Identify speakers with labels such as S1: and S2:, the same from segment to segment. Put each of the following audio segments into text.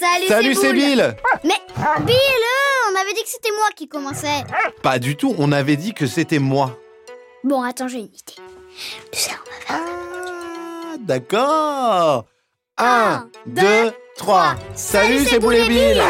S1: Salut,
S2: Salut,
S1: Boule.
S2: c'est Bill
S1: Mais Bill, euh, on avait dit que c'était moi qui commençais.
S2: Pas du tout, on avait dit que c'était moi.
S1: Bon, attends, j'ai une idée. Tu sais, on va faire
S2: Ah, d'accord
S1: Un,
S2: 1,
S1: deux,
S2: 2, 3. Salut, c'est
S1: Boule
S2: Boulet
S1: et
S2: Bill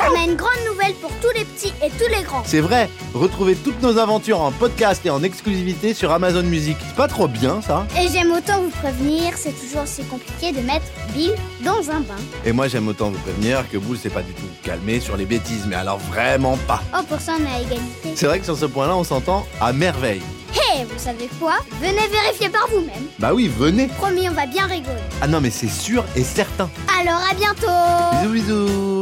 S1: On a une grande nouvelle pour tous les petits et tous les grands.
S2: C'est vrai, retrouvez toutes nos aventures en podcast et en exclusivité sur Amazon Music. C'est pas trop bien ça
S1: Et j'aime autant vous prévenir, c'est toujours si compliqué de mettre Bill dans un bain.
S2: Et moi j'aime autant vous prévenir que Boule s'est pas du tout calmé sur les bêtises, mais alors vraiment pas.
S1: Oh, pour ça, on est à égalité.
S2: C'est vrai que sur ce point-là, on s'entend à merveille.
S1: Hé, vous savez quoi Venez vérifier par vous-même.
S2: Bah oui, venez
S1: Promis, on va bien rigoler.
S2: Ah non, mais c'est sûr et certain.
S1: Alors, à bientôt
S2: Bisous, bisous